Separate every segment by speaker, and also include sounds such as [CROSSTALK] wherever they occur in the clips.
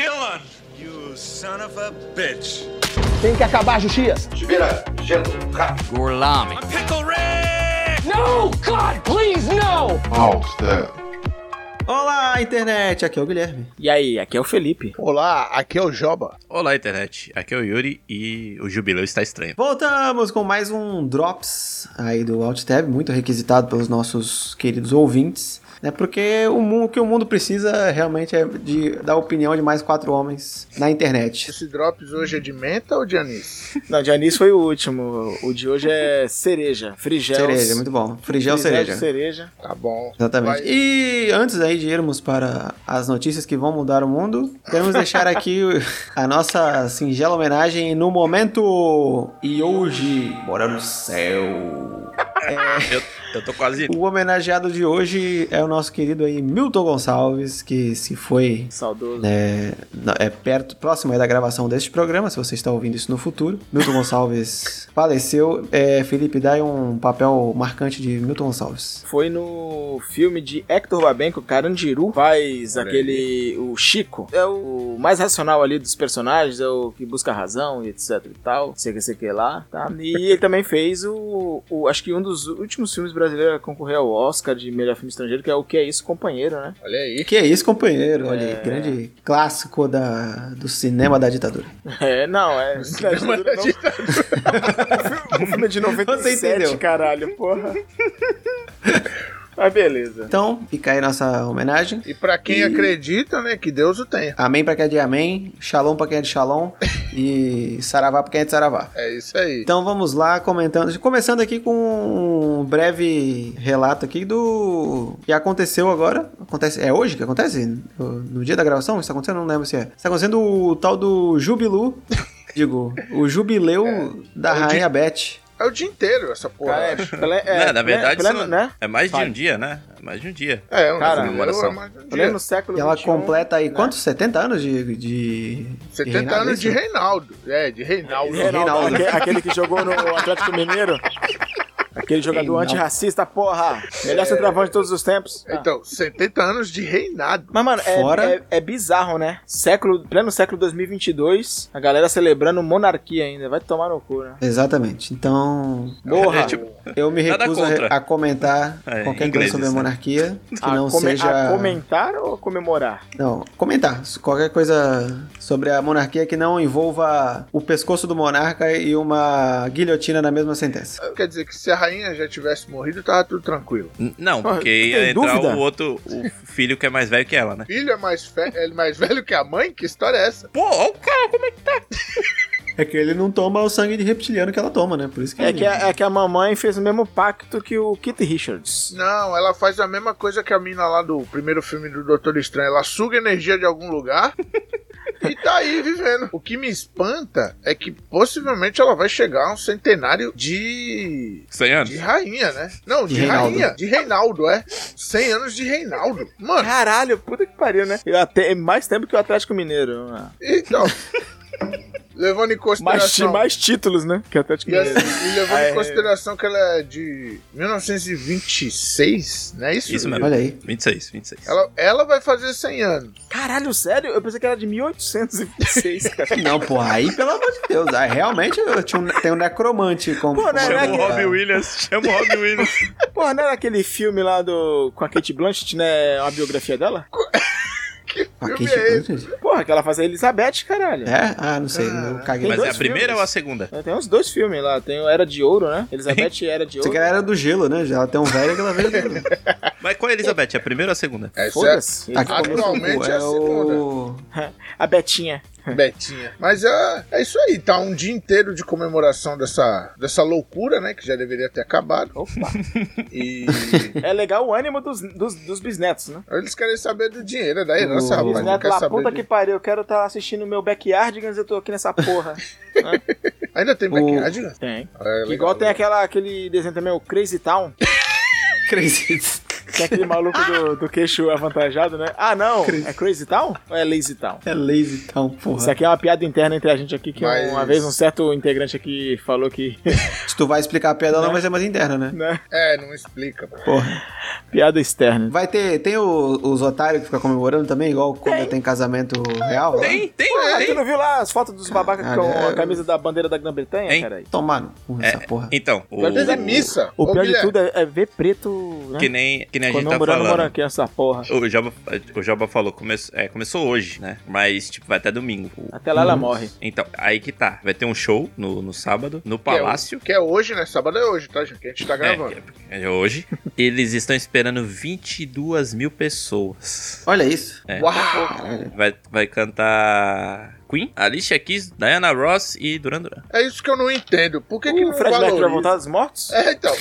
Speaker 1: done, you son of a bitch.
Speaker 2: Tem que acabar a justiça.
Speaker 3: Espera, gelo, rápido.
Speaker 4: Gorlami.
Speaker 1: I'm Pickle Rick!
Speaker 2: No, God, please, no!
Speaker 3: All step.
Speaker 5: Olá, internet! Aqui é o Guilherme.
Speaker 4: E aí, aqui é o Felipe.
Speaker 2: Olá, aqui é o Joba.
Speaker 6: Olá, internet. Aqui é o Yuri e o jubileu está estranho.
Speaker 5: Voltamos com mais um Drops aí do OutTab, muito requisitado pelos nossos queridos ouvintes. Né, porque o, mundo, o que o mundo precisa realmente é de da opinião de mais quatro homens na internet.
Speaker 2: Esse Drops hoje é de menta ou de anis?
Speaker 7: Não, de anis foi o último. O de hoje é cereja, frigel.
Speaker 5: Cereja, muito bom. Frigel cereja.
Speaker 7: cereja.
Speaker 2: Tá bom.
Speaker 5: Exatamente.
Speaker 2: Vai.
Speaker 5: E antes aí de irmos para as notícias que vão mudar o mundo, queremos deixar aqui o- a nossa singela homenagem no momento e hoje, bora no céu.
Speaker 6: Eu, eu tô quase.
Speaker 5: O homenageado de hoje é o nosso querido aí Milton Gonçalves, que se foi
Speaker 7: Saudoso.
Speaker 5: é, na- é perto, próximo aí da gravação deste programa, se você está ouvindo isso no futuro. Milton Gonçalves [LAUGHS] faleceu. É, Felipe, dá aí um papel marcante de Milton Gonçalves.
Speaker 7: Foi no filme de Hector Babenco, Carandiru, faz
Speaker 6: Olha
Speaker 7: aquele. o Chico. É o mais racional ali dos personagens, é o que busca razão e etc e tal. Sei que sei que lá, tá? E ele também fez o, o- Acho que um dos últimos filmes brasileiros a concorrer ao Oscar de melhor filme estrangeiro, que é o Que é Isso, Companheiro, né?
Speaker 2: Olha aí.
Speaker 5: Que é isso, companheiro? Olha,
Speaker 2: É.
Speaker 5: aí, grande clássico da, do cinema da ditadura.
Speaker 7: É, não, é. ditadura, não. [LAUGHS] Um filme de 97,
Speaker 5: Você entendeu.
Speaker 7: caralho, porra. Mas beleza.
Speaker 5: Então, fica aí nossa homenagem.
Speaker 2: E pra quem acredita, né, que Deus o tenha.
Speaker 5: Amém pra quem é de amém, shalom pra quem é de shalom e saravá pra quem é de saravá.
Speaker 2: É isso aí.
Speaker 5: Então vamos lá comentando, começando aqui com um breve relato aqui do que aconteceu agora. Acontece é hoje que acontece? No, no dia da gravação está acontecendo, não lembro se é. Está acontecendo o tal do jubilu, [LAUGHS] digo, o jubileu da
Speaker 2: é o
Speaker 5: rainha Beth.
Speaker 2: É o dia inteiro essa porra.
Speaker 7: Cara,
Speaker 2: eu
Speaker 7: é,
Speaker 2: acho.
Speaker 7: ple- é,
Speaker 6: Né, na verdade,
Speaker 7: ple-
Speaker 6: isso não-
Speaker 7: né?
Speaker 6: é mais de
Speaker 7: Fale.
Speaker 6: um dia, né? É mais de um dia.
Speaker 2: É, um
Speaker 7: Cara,
Speaker 6: comemoração.
Speaker 2: é mais um
Speaker 7: Pleno
Speaker 2: dia.
Speaker 7: século
Speaker 5: E ela
Speaker 7: 21,
Speaker 5: completa aí
Speaker 7: né?
Speaker 5: quantos? 70 anos de. de de
Speaker 2: 70
Speaker 5: reinado,
Speaker 2: anos de
Speaker 5: isso?
Speaker 2: Reinaldo. É, de Reinaldo.
Speaker 7: Reinaldo,
Speaker 5: Reinaldo.
Speaker 7: aque- Aquele que jogou no Atlético Mineiro. Aquele jogador
Speaker 5: Reinaldo.
Speaker 7: antirracista, porra. Melhor centroavante de todos os tempos. Ah.
Speaker 2: Então, 70 anos de reinado.
Speaker 7: Mas, mano, é,
Speaker 5: Fora-
Speaker 7: é, é bizarro, né? Século, pleno século 2022, a galera celebrando monarquia ainda. Vai tomar no cu, né?
Speaker 5: Exatamente. Então,
Speaker 7: Porra!
Speaker 6: É, tipo,
Speaker 5: eu me
Speaker 6: Nada
Speaker 5: recuso a, re-
Speaker 6: contra.
Speaker 5: a comentar
Speaker 6: [LAUGHS] É,
Speaker 5: qualquer coisa
Speaker 6: ingleses,
Speaker 5: sobre a
Speaker 6: né?
Speaker 5: monarquia que
Speaker 7: a,
Speaker 5: não
Speaker 7: come-
Speaker 5: seja
Speaker 7: a comentar ou a comemorar?
Speaker 5: Não, comentar. Qualquer coisa sobre a monarquia que não envolva o pescoço do monarca e uma guilhotina na mesma sentença.
Speaker 2: Quer dizer que se a rainha já tivesse morrido, tava tudo tranquilo.
Speaker 6: n- não,
Speaker 7: Porra,
Speaker 6: porque
Speaker 7: tu
Speaker 6: ia
Speaker 7: tem
Speaker 6: entrar
Speaker 7: dúvida?
Speaker 6: o outro, o filho que é mais velho que ela, né?
Speaker 2: Filho é mais, fe- é mais [LAUGHS] velho que a mãe? Que história é essa?
Speaker 6: Pô, ó o cara, como é que.
Speaker 5: É que ele não toma o sangue de reptiliano que ela toma, né? Por isso que
Speaker 7: É que, a, é que a mamãe fez o mesmo pacto que o Kit Richards.
Speaker 2: Não, ela faz a mesma coisa que a mina lá do primeiro filme do Doutor Estranho. Ela suga energia de algum lugar e tá aí vivendo. O que me espanta é que possivelmente ela vai chegar a um centenário de
Speaker 6: 100 anos?
Speaker 2: De rainha, né? Não, de,
Speaker 5: De Reinaldo.
Speaker 2: rainha. De Reinaldo, é. 100 anos de Reinaldo. Mano,
Speaker 7: Caralho, puta que pariu, né? Eu até- é mais tempo que o Atlético Mineiro. né?
Speaker 2: então. levando em
Speaker 7: Mais, ti-
Speaker 2: consideração.
Speaker 7: mais títulos, né? Que o Atlético
Speaker 2: E,
Speaker 7: Mineiro.
Speaker 2: assim, e levando
Speaker 7: Ah, é.
Speaker 2: em consideração que ela é de 1926, não é isso?
Speaker 6: Isso mesmo.
Speaker 5: Olha aí.
Speaker 6: 26, 26.
Speaker 2: Ela, ela vai fazer 100 anos.
Speaker 7: Caralho, sério? Eu pensei que era de 1826, cara. [LAUGHS]
Speaker 5: Não, porra, aí pelo amor de Deus. Aí, realmente eu tinha um, tem um necromante como.
Speaker 7: Pô, né,
Speaker 5: como-
Speaker 6: Chama
Speaker 7: né,
Speaker 6: o
Speaker 7: que-
Speaker 6: Robbie Williams, chama o Robbie Williams.
Speaker 7: Porra, não era aquele filme lá do. com a Kate Blanchett, né? A biografia dela?
Speaker 5: Ah,
Speaker 2: filme
Speaker 5: que
Speaker 2: é
Speaker 5: gigante.
Speaker 7: Porra, que ela faz a Elizabeth, caralho.
Speaker 5: É? Ah, não sei. Eu caguei.
Speaker 6: Mas é a
Speaker 7: dois
Speaker 6: primeira
Speaker 7: filmes.
Speaker 6: ou a segunda?
Speaker 7: É, Tem uns dois filmes lá. Tem o Era de Ouro, né? Elizabeth e Era de
Speaker 5: Você
Speaker 7: Ouro.
Speaker 5: que ela era do gelo, né? Ela tem um velho que ela veio.
Speaker 6: Mas qual é a Elizabeth? É a primeira ou a segunda?
Speaker 2: É certo?
Speaker 7: Foda-se.
Speaker 5: Aqui
Speaker 2: Atualmente é a
Speaker 5: o.
Speaker 7: A Betinha.
Speaker 2: Betinha. Mas é, é isso aí, tá um dia inteiro de comemoração dessa, dessa loucura, né? Que já deveria ter acabado. Opa. E
Speaker 7: É legal o ânimo dos, dos, dos bisnetos, né?
Speaker 2: eles querem saber do dinheiro, é da herança,
Speaker 5: Os
Speaker 2: rapaz. Não
Speaker 7: Bisneto
Speaker 2: quer
Speaker 7: lá,
Speaker 2: saber
Speaker 7: puta
Speaker 2: do-
Speaker 7: que pariu, eu quero estar assistindo o meu backyardigans, eu tô aqui nessa porra.
Speaker 6: [LAUGHS]
Speaker 2: Ainda tem backyard? né?
Speaker 7: Tem.
Speaker 2: É, legal,
Speaker 7: Igual tem
Speaker 2: legal.
Speaker 7: aquela, aquele desenho também, o Crazy Town,
Speaker 5: Crazy. [LAUGHS]
Speaker 7: que é
Speaker 2: [LAUGHS]
Speaker 7: aquele maluco do, do queixo avantajado, né? Ah, não! É Crazy Town? Ou é Lazy Town?
Speaker 5: É lazy town, porra.
Speaker 7: Isso aqui é uma piada interna entre a gente aqui, que
Speaker 2: Mas-
Speaker 7: uma vez um certo integrante aqui falou que. [LAUGHS]
Speaker 5: Se tu vai explicar a piada, ela não vai ser mais interna, né?
Speaker 7: né?
Speaker 2: É, não explica. pô.
Speaker 5: Porra.
Speaker 7: Piada externa.
Speaker 5: Vai ter. Tem o- os otários que ficam comemorando também, igual quando tem, casamento real?
Speaker 6: Tem, tem,
Speaker 2: É,
Speaker 7: Ah, tu
Speaker 6: tem.
Speaker 7: não viu lá as fotos dos babacas
Speaker 2: Ah,
Speaker 5: Caralho.
Speaker 7: com a camisa da bandeira da Grã-Bretanha,
Speaker 6: Hein?
Speaker 7: cara?
Speaker 5: Tomaram essa
Speaker 6: É,
Speaker 5: porra.
Speaker 6: Então, o,
Speaker 7: Vai
Speaker 2: Mas é missa.
Speaker 7: O
Speaker 2: Ô,
Speaker 7: pior de
Speaker 2: Guilherme,
Speaker 7: tudo é, é ver preto, né?
Speaker 6: que nem, que nem a gente tá
Speaker 7: Comemorando
Speaker 6: falando.
Speaker 7: moranquinho, essa porra.
Speaker 6: O Joba, o Joba falou, come, é, começou hoje, né? Mas, tipo, vai até domingo. O-
Speaker 7: Até lá ela morre.
Speaker 6: Então, aí que tá. Vai ter um show no, no sábado, no
Speaker 2: que é o-
Speaker 6: Palácio.
Speaker 2: Que é hoje, né? Sábado é hoje, tá, gente? Que a gente tá
Speaker 6: É,
Speaker 2: gravando.
Speaker 6: é, é hoje. Eles estão esperando 22 mil pessoas.
Speaker 5: Olha isso.
Speaker 6: É.
Speaker 2: Uau!
Speaker 6: Vai, vai cantar Queen, Alicia Keys, Diana Ross e Duran Duran.
Speaker 2: É isso que eu não entendo. Por que, que
Speaker 7: o
Speaker 2: não
Speaker 7: Fred Mercury vai
Speaker 2: valoriza?
Speaker 7: voltar dos mortos?
Speaker 2: É, então.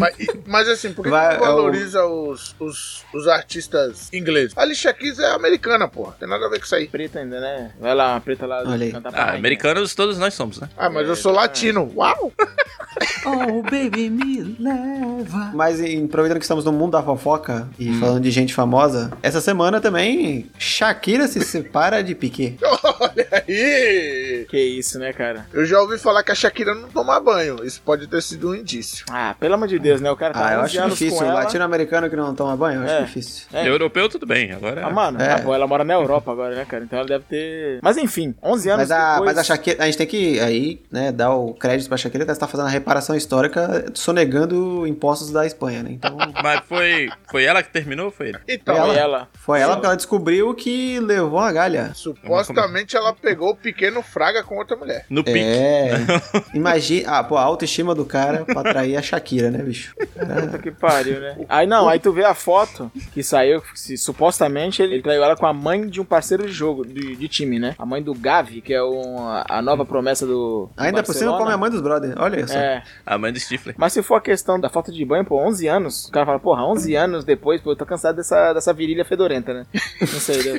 Speaker 2: mas, mas assim, por que,
Speaker 5: Vai,
Speaker 2: que não
Speaker 5: é o-
Speaker 2: valoriza os, os, os artistas ingleses? A Alicia Keys é americana, porra. Tem nada a ver com isso aí.
Speaker 7: Preta ainda, né? Vai lá, a preta lá
Speaker 5: Olha aí.
Speaker 7: cantar pra
Speaker 6: Ah,
Speaker 7: rainha.
Speaker 6: americanos todos nós somos, né?
Speaker 2: Ah, mas eu sou latino. Uau! [LAUGHS]
Speaker 5: Oh, baby, me leva. Mas em- aproveitando que estamos no mundo da fofoca e
Speaker 6: Hum.
Speaker 5: falando de gente famosa, essa semana também Shakira se separa de Piquet.
Speaker 2: Olha aí!
Speaker 7: Que isso, né, cara?
Speaker 2: Eu já ouvi falar que a Shakira não toma banho. Isso pode ter sido um indício.
Speaker 7: Ah, pelo amor de Deus, né? O cara tá
Speaker 5: Ah, eu
Speaker 7: 11
Speaker 5: acho
Speaker 7: anos
Speaker 5: difícil.
Speaker 7: com ela.
Speaker 5: Latino-americano que não toma banho, eu acho
Speaker 7: É.
Speaker 5: difícil.
Speaker 7: É.
Speaker 6: Europeu, tudo bem. Agora.
Speaker 7: Ah, mano,
Speaker 5: É.
Speaker 7: tá bom, ela mora na Europa agora, né, cara? Então ela deve ter... Mas enfim, 11 anos
Speaker 5: Mas a,
Speaker 7: depois...
Speaker 5: mas a Shakira, a gente tem que aí, né, dar o crédito pra Shakira, que ela está fazendo a reparação histórica sonegando impostos da Espanha, né? Então,
Speaker 6: Mas foi, foi ela que terminou? Foi ele?
Speaker 2: Então,
Speaker 7: Foi
Speaker 5: ela-
Speaker 7: ela.
Speaker 5: foi ela porque ela descobriu que levou a galha.
Speaker 2: supostamente ela pegou o pequeno Fraga com outra mulher.
Speaker 6: No pique.
Speaker 5: É. [LAUGHS] Imagina, ah, pô, a autoestima do cara pra atrair a Shakira, né, bicho?
Speaker 7: Puta que pariu, né? Aí não, aí tu vê a foto que saiu, se, supostamente ele, ele traiu ela com a mãe de um parceiro de jogo, de, de time, né? A mãe do Gavi, que é um, a nova promessa do. do
Speaker 5: Ainda por cima
Speaker 7: Barcelona.
Speaker 5: come a mãe dos brothers. Olha só.
Speaker 7: É,
Speaker 6: A mãe do Stifler.
Speaker 7: mas se for a questão da falta de banho, pô, 11 anos, o cara fala, porra, 11 anos depois, pô, eu tô cansado dessa, dessa virilha fedorenta, né? Não sei,
Speaker 2: [LAUGHS]
Speaker 7: né?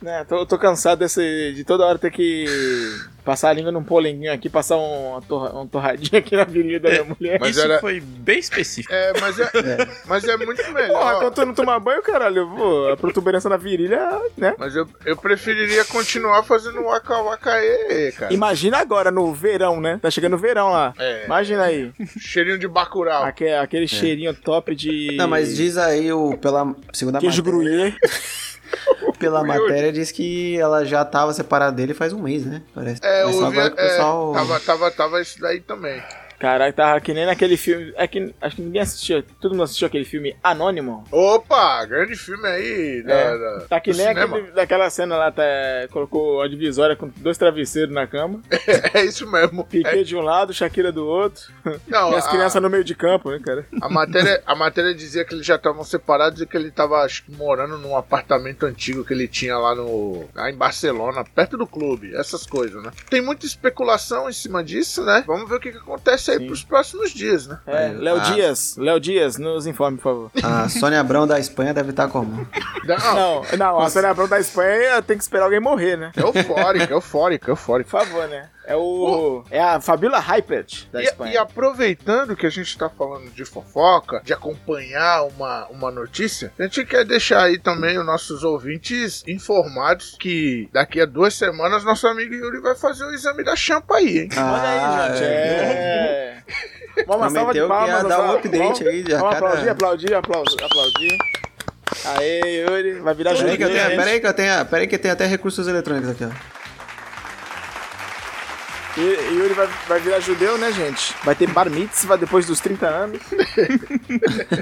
Speaker 7: Né, tô, tô cansado desse, de toda hora ter que passar a língua num polenguinho aqui, passar um, torra- um torradinho aqui na virilha
Speaker 2: É,
Speaker 7: da minha mulher.
Speaker 2: Mas
Speaker 6: Isso
Speaker 2: era-
Speaker 6: foi bem
Speaker 2: [LAUGHS]
Speaker 6: específico.
Speaker 2: É, mas é, mas é muito
Speaker 7: Porra, então tá-
Speaker 2: melhor.
Speaker 7: quando tu não toma banho, caralho, pô, a protuberância na virilha, né?
Speaker 2: Mas eu, eu preferiria continuar fazendo waka waka e, cara.
Speaker 7: Imagina agora no verão, né? Tá chegando o verão lá.
Speaker 2: É.
Speaker 7: Imagina aí.
Speaker 2: Cheirinho de bacurau.
Speaker 7: Aque- aquele cheirinho top de.
Speaker 5: Não, mas diz aí o pela segunda
Speaker 7: Queijo
Speaker 5: matéria,
Speaker 7: gruyê.
Speaker 5: pela matéria diz que ela já tava separada dele faz um mês, né? Parece.
Speaker 2: É,
Speaker 5: mas
Speaker 2: eu
Speaker 5: só
Speaker 2: ouvi,
Speaker 5: agora que o
Speaker 2: é,
Speaker 5: pessoal
Speaker 2: tava, tava, tava isso daí também.
Speaker 7: Caralho, tava que nem naquele filme. É que, acho que ninguém assistiu. Todo mundo assistiu aquele filme Anônimo.
Speaker 2: Opa, grande filme aí. da-
Speaker 7: É.
Speaker 2: da-
Speaker 7: Tá que
Speaker 2: do
Speaker 7: nem
Speaker 2: cinema.
Speaker 7: aquele, daquela cena lá, tá, colocou a divisória com dois travesseiros na cama.
Speaker 2: [LAUGHS] É isso mesmo. É,
Speaker 7: Piquet de um lado, Shakira do outro.
Speaker 2: não,
Speaker 7: e as
Speaker 2: a,
Speaker 7: crianças no meio de campo, né, cara?
Speaker 2: a matéria, a matéria dizia que eles já estavam separados e que ele tava acho que, morando num apartamento antigo que ele tinha lá no. lá em Barcelona, perto do clube, essas coisas, né? Tem muita especulação em cima disso, né? Vamos ver o que, que acontece aí
Speaker 7: Sim.
Speaker 2: pros próximos dias, né?
Speaker 7: É, Léo
Speaker 5: Ah.
Speaker 7: Dias, Léo Dias, nos informe, por favor.
Speaker 5: a Sônia Abrão da Espanha deve estar como?
Speaker 2: Não,
Speaker 7: Não, não, a Sônia Abrão da Espanha tem que esperar alguém morrer, né?
Speaker 2: eufórico, eufórico,
Speaker 7: Por
Speaker 2: eufórico.
Speaker 7: favor, né? É o. É a Fabiola Hypert da
Speaker 2: E,
Speaker 7: Espanha.
Speaker 2: e aproveitando que a gente tá falando de fofoca, de acompanhar uma, uma notícia, a gente quer deixar aí também os nossos ouvintes informados que daqui a duas semanas nosso amigo Yuri vai fazer o exame da champa aí, hein?
Speaker 7: Olha aí, gente. É. Uma salva de
Speaker 5: Ah, Prometeu que ia
Speaker 7: palmas.
Speaker 5: dar um
Speaker 7: vamos-
Speaker 5: update
Speaker 7: vamos-
Speaker 5: aí, já
Speaker 7: Vamos
Speaker 5: cada-
Speaker 7: aplaudir, aplaudir, aplaudir, aplaudir. Aê, Yuri. Vai virar
Speaker 5: Peraí que eu
Speaker 7: joelho.
Speaker 5: tenho,
Speaker 7: gente.
Speaker 5: peraí que eu tenho, peraí que eu tenho até recursos eletrônicos aqui, ó.
Speaker 7: Yuri Yuri vai, vai virar judeu, né, gente? Vai ter bar mitzvah depois dos 30
Speaker 5: [LAUGHS]
Speaker 7: anos.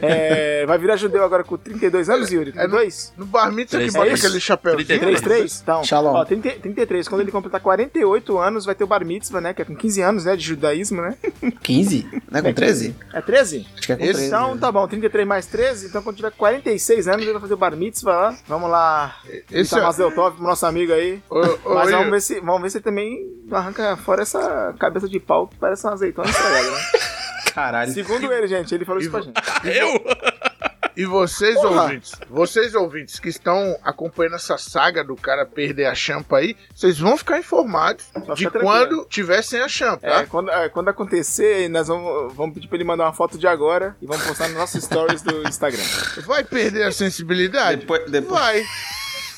Speaker 7: É, vai virar judeu agora com 32 anos, Yuri?
Speaker 2: É no-
Speaker 7: 32?
Speaker 2: No bar mitzvah que
Speaker 6: Três,
Speaker 2: bota
Speaker 7: três,
Speaker 2: aquele chapéuzinho.
Speaker 6: 33.
Speaker 7: 33? Então,
Speaker 5: Shalom.
Speaker 7: ó, 30, 33. Quando ele completar 48 anos, vai ter o bar mitzvah, né? Que é com 15 anos, né? De judaísmo, né?
Speaker 5: 15? Não é com 13?
Speaker 7: É 13?
Speaker 5: Acho que é com 13.
Speaker 7: Então
Speaker 5: né?
Speaker 7: tá bom, 33 mais 13, então quando tiver 46 anos ele vai fazer o bar mitzvah lá. Vamos lá,
Speaker 2: Esse
Speaker 7: Esse
Speaker 2: é...
Speaker 7: Mazel Tov pro nosso amigo aí.
Speaker 2: Ô, ô,
Speaker 7: Mas vamos
Speaker 2: Yuri,
Speaker 7: ver, se, vamos ver se ele também arranca fora essa cabeça de pau que parece uma azeitona
Speaker 2: [LAUGHS]
Speaker 7: estragada, né?
Speaker 5: Caralho.
Speaker 7: Segundo ele, gente, ele falou isso pra gente.
Speaker 6: Eu?
Speaker 2: E vocês,
Speaker 7: Porra.
Speaker 2: ouvintes, vocês, ouvintes, que estão acompanhando essa saga do cara perder a champa aí, vocês vão ficar informados
Speaker 7: ficar
Speaker 2: de
Speaker 7: tranquilo.
Speaker 2: quando tiver sem a champa, tá?
Speaker 7: É, quando, é, quando acontecer, nós vamos, vamos pedir pra ele mandar uma foto de agora e vamos postar nos nossos stories do Instagram.
Speaker 5: [LAUGHS]
Speaker 2: Vai perder a sensibilidade?
Speaker 5: Ah, Depois- depois-
Speaker 2: Vai.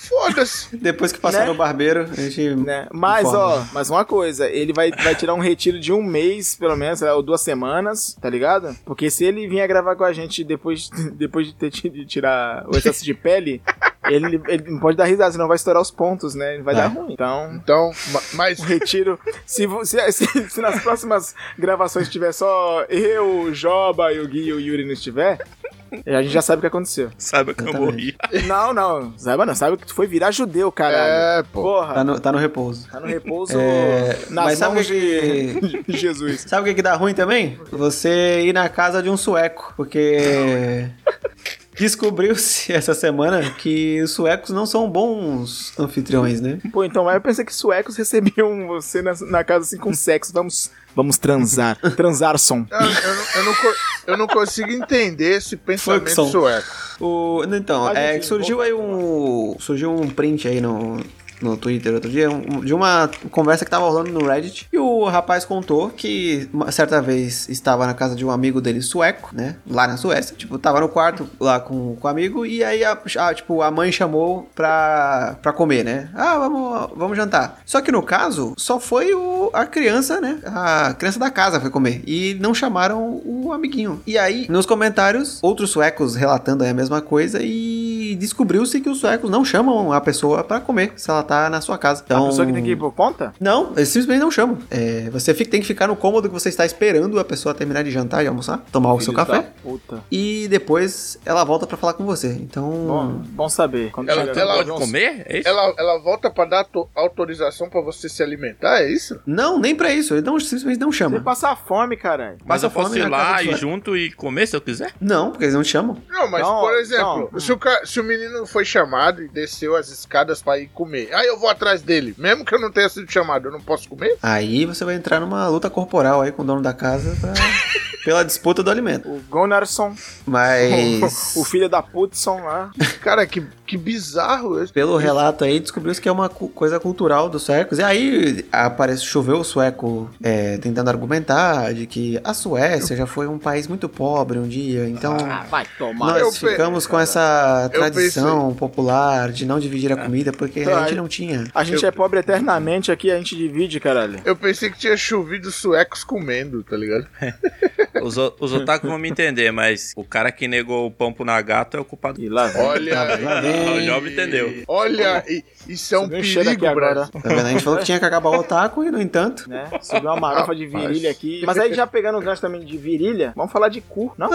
Speaker 2: Foda-se.
Speaker 5: Depois que passar
Speaker 7: Né?
Speaker 5: no barbeiro, a gente.
Speaker 7: Né? Mas,
Speaker 5: informa.
Speaker 7: ó, mas uma coisa, ele vai, vai tirar um retiro de um mês, pelo menos, sei lá, ou duas semanas, tá ligado? Porque se ele vier gravar com a gente depois, [LAUGHS] depois de ter tido- de tirar o excesso de pele, ele, ele não pode dar risada, senão vai estourar os pontos, né? Ele Vai
Speaker 5: É.
Speaker 7: dar ruim. Então,
Speaker 2: Então, ma- mas
Speaker 7: o retiro. Se, vo- se, se- se nas próximas gravações tiver só eu, o Joba, e o Gui e o Yuri não estiver, a gente já sabe o que aconteceu.
Speaker 6: Saiba que eu morri.
Speaker 7: Não, não, saiba não, sabe que tu foi virar judeu, caralho.
Speaker 2: É, pô.
Speaker 5: Tá
Speaker 7: Porra.
Speaker 5: no, tá no repouso.
Speaker 7: Tá no repouso
Speaker 5: É,
Speaker 7: nas
Speaker 5: mas sabe
Speaker 7: mãos
Speaker 5: que-
Speaker 7: de de [LAUGHS] Jesus.
Speaker 5: Sabe o que, que dá ruim também? Você ir na casa de um sueco, [LAUGHS] porque. Descobriu-se essa semana que os suecos não são bons anfitriões, né?
Speaker 7: Pô, então mas eu pensei que suecos [LAUGHS] recebiam você na, na casa assim com sexo. Vamos, vamos transar.
Speaker 5: [LAUGHS]
Speaker 7: Transar som.
Speaker 2: Eu, eu não, eu não co- eu não consigo entender esse pensamento
Speaker 5: Fuckson.
Speaker 2: sueco.
Speaker 5: O, então,
Speaker 7: Mas,
Speaker 5: é,
Speaker 7: enfim,
Speaker 5: que surgiu aí um. Surgiu um print aí no, no Twitter outro dia, um- de uma conversa que tava rolando no Reddit. E o rapaz contou que uma certa vez estava na casa de um amigo dele sueco, né? Lá na Suécia. Tipo, tava no quarto lá com, com o amigo. E aí, a, a- tipo, a mãe chamou pra, pra comer, né? Ah, vamos, vamos jantar. Só que no caso, só foi o, a criança, né? A criança da casa foi comer. E não chamaram o amiguinho. E aí, nos comentários, outros suecos relatando aí a mesma coisa. E descobriu-se que os suecos não chamam a pessoa pra comer se ela tá na sua casa. Então,
Speaker 7: A pessoa que tem que ir por conta?
Speaker 5: não, eles simplesmente não chamam. É, você fica- tem que ficar no cômodo que você está esperando a pessoa terminar de jantar e almoçar, tomar o seu
Speaker 7: Filho
Speaker 5: café.
Speaker 7: da tá Puta.
Speaker 5: E depois ela volta pra falar com você. Então.
Speaker 7: Bom, bom saber. Hum. tá Quando
Speaker 2: Ela-
Speaker 7: chegar-
Speaker 2: ela-
Speaker 6: Pode
Speaker 2: não-
Speaker 6: comer? É isso?
Speaker 2: Ela, ela volta pra dar auto- autorização pra você se alimentar, é isso?
Speaker 5: Não, nem pra isso. Ele não, simplesmente não
Speaker 7: Você
Speaker 5: chama.
Speaker 7: passar fome, caralho.
Speaker 6: Mas
Speaker 5: passa
Speaker 6: eu posso
Speaker 5: fome
Speaker 6: ir
Speaker 5: na casa
Speaker 6: lá
Speaker 5: do
Speaker 6: e
Speaker 5: sueco.
Speaker 6: junto e comer se eu quiser?
Speaker 5: Não, porque eles não te chamam.
Speaker 2: Não, mas,
Speaker 7: Não,
Speaker 2: por exemplo,
Speaker 7: não.
Speaker 2: Se, o ca- se o menino foi chamado e desceu as escadas pra ir comer, aí eu vou atrás dele, mesmo que eu não tenha sido chamado, eu não posso comer?
Speaker 5: Aí você vai entrar numa luta corporal aí com o dono da casa
Speaker 7: [LAUGHS]
Speaker 5: pra- pela disputa do alimento.
Speaker 7: O Gunnarson,
Speaker 5: É Mas.
Speaker 7: [LAUGHS] o filho da Putson lá.
Speaker 2: Cara, que, que bizarro esse.
Speaker 5: Pelo relato aí, descobriu-se que é uma cu- coisa cultural dos suecos. E aí aparece, choveu o sueco é, tentando argumentar de que a Suécia já foi um país muito pobre um dia, então
Speaker 7: Ah, vai tomar.
Speaker 2: eu
Speaker 5: nós
Speaker 2: pe-
Speaker 5: ficamos com essa
Speaker 2: Eu
Speaker 5: tradição popular de não dividir a comida porque
Speaker 7: Tá,
Speaker 5: a gente
Speaker 7: aí-
Speaker 5: não tinha.
Speaker 7: A gente é pobre eternamente aqui, a gente divide, caralho.
Speaker 2: Eu pensei que tinha chovido suecos comendo, tá ligado?
Speaker 6: Os, o- os otaku vão me entender, mas o cara que negou o pão pro Nagato é o culpado.
Speaker 7: E lá, velho.
Speaker 2: Olha
Speaker 7: [LAUGHS]
Speaker 5: lá
Speaker 2: aí.
Speaker 5: vem.
Speaker 6: O Job entendeu.
Speaker 2: Olha, e- isso é um
Speaker 7: Subiu um cheiro
Speaker 2: perigo,
Speaker 7: aqui agora.
Speaker 2: Brasil.
Speaker 5: Tá vendo? A gente falou que tinha que acabar o otaku e, no entanto,
Speaker 7: né? Subiu uma marofa de
Speaker 2: Rapaz.
Speaker 7: virilha aqui. Mas aí já pegando o gancho também de virilha, vamos falar de cu, não?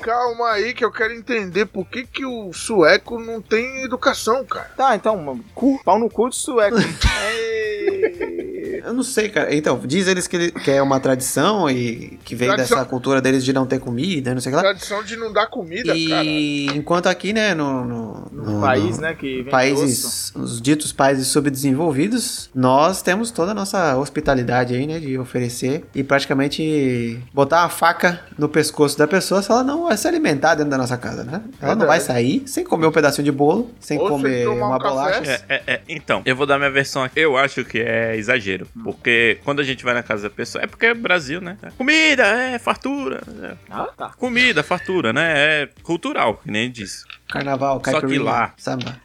Speaker 2: Calma aí que eu quero entender por que, que o sueco não tem educação, cara.
Speaker 7: Tá, então, mano, cu, pau no cu de sueco. Ei.
Speaker 5: Eu não sei, cara. Então, diz eles que, ele- que é uma tradição e que vem
Speaker 2: Tradição.
Speaker 5: dessa cultura deles de não ter comida, não sei o que lá.
Speaker 2: Tradição de não dar comida, cara.
Speaker 5: E enquanto aqui, né, no, no,
Speaker 7: No país, né, que vem osso.
Speaker 5: Países, os ditos países subdesenvolvidos, nós temos toda a nossa hospitalidade aí, né, de oferecer e praticamente botar a faca no pescoço da pessoa se ela não se alimentar dentro da nossa casa, né? Ela não
Speaker 2: Verdade.
Speaker 5: vai sair sem comer um pedacinho de bolo, sem
Speaker 2: Ou sem
Speaker 5: comer
Speaker 2: tomar um
Speaker 5: uma
Speaker 2: café.
Speaker 5: bolacha.
Speaker 6: É, é, é. Então, eu vou dar minha versão aqui. Eu acho que é exagero. Porque quando a gente vai na casa da pessoa. É porque é Brasil, né? Comida, é fartura. é.
Speaker 7: Ah, tá.
Speaker 6: Comida, fartura, né? É cultural, que nem disso.
Speaker 5: Carnaval,
Speaker 6: Só que
Speaker 5: caipirinha,
Speaker 6: lá-
Speaker 5: samba.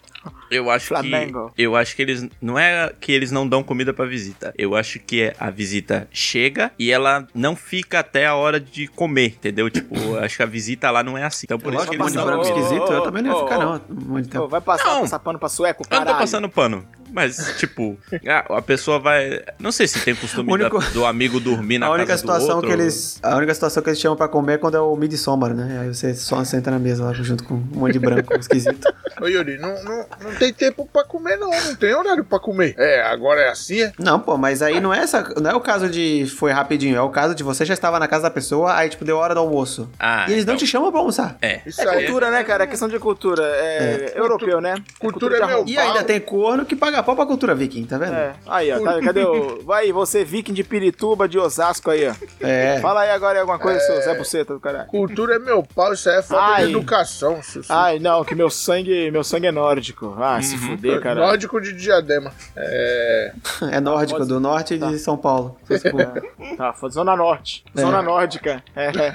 Speaker 6: Eu acho
Speaker 7: Flamengo.
Speaker 6: que. Eu acho que eles. Não é que eles não dão comida pra visita. Eu acho que é- a visita chega e ela não fica até a hora de comer, entendeu? Tipo, eu acho que a visita lá não é assim. Então por isso
Speaker 5: Lógico
Speaker 6: que
Speaker 5: que
Speaker 6: eles
Speaker 5: passar
Speaker 6: não
Speaker 5: um
Speaker 6: dão
Speaker 5: branco
Speaker 6: comida.
Speaker 5: esquisito, eu também não ia
Speaker 7: Ô,
Speaker 5: ficar,
Speaker 7: ô,
Speaker 5: não, um monte de tempo.
Speaker 7: Ô, vai passar,
Speaker 6: Não.
Speaker 7: passar pano pra sueco,
Speaker 6: Eu não
Speaker 7: caralho.
Speaker 6: tô tá passando pano. Mas, tipo, a, a pessoa vai. Não sei se tem costume
Speaker 5: O único-
Speaker 6: da- do amigo dormir na
Speaker 5: a
Speaker 6: casa
Speaker 5: única
Speaker 6: do
Speaker 5: situação
Speaker 6: outro.
Speaker 5: que eles a única situação que eles chamam pra comer é quando é o midsommar, né? Aí você só senta na mesa lá junto com um monte de branco esquisito.
Speaker 2: Ô, Yuri, não, não, não tem tempo pra comer, não. Não tem horário pra comer. É, agora é assim, é?
Speaker 5: Não, pô, mas aí não é essa, não é o caso de foi rapidinho, é o caso de você já estava na casa da pessoa, aí tipo deu hora do almoço.
Speaker 6: Ah,
Speaker 5: e eles não
Speaker 6: então.
Speaker 5: te chamam pra almoçar.
Speaker 6: É.
Speaker 2: Isso
Speaker 7: É cultura, né, cara? É questão de cultura. É, europeu, né?
Speaker 2: cultura é
Speaker 7: de arroz.
Speaker 2: meu-
Speaker 5: E ainda
Speaker 2: Pau.
Speaker 5: tem corno que paga pau pra cultura viking, tá vendo?
Speaker 7: É. Aí, ó, tá, cadê o... Vai, você viking de Pirituba, de Osasco aí, ó.
Speaker 5: É.
Speaker 7: Fala aí agora alguma coisa, seu Zé Buceta do caralho.
Speaker 2: Cultura é meu pau, isso aí é falta
Speaker 7: Ai.
Speaker 2: de educação, Sussu.
Speaker 7: Ai, não, que meu sangue, meu sangue é nórdico. Ah, se
Speaker 6: Uhum.
Speaker 7: fuder, caralho.
Speaker 2: Nórdico de diadema. É.
Speaker 5: É nórdico,
Speaker 7: Pode-
Speaker 5: do norte
Speaker 7: tá.
Speaker 5: de São Paulo. Se
Speaker 7: Ah,
Speaker 5: você for-
Speaker 7: Tá, zona norte.
Speaker 5: [LAUGHS] É.
Speaker 7: Zona nórdica. É.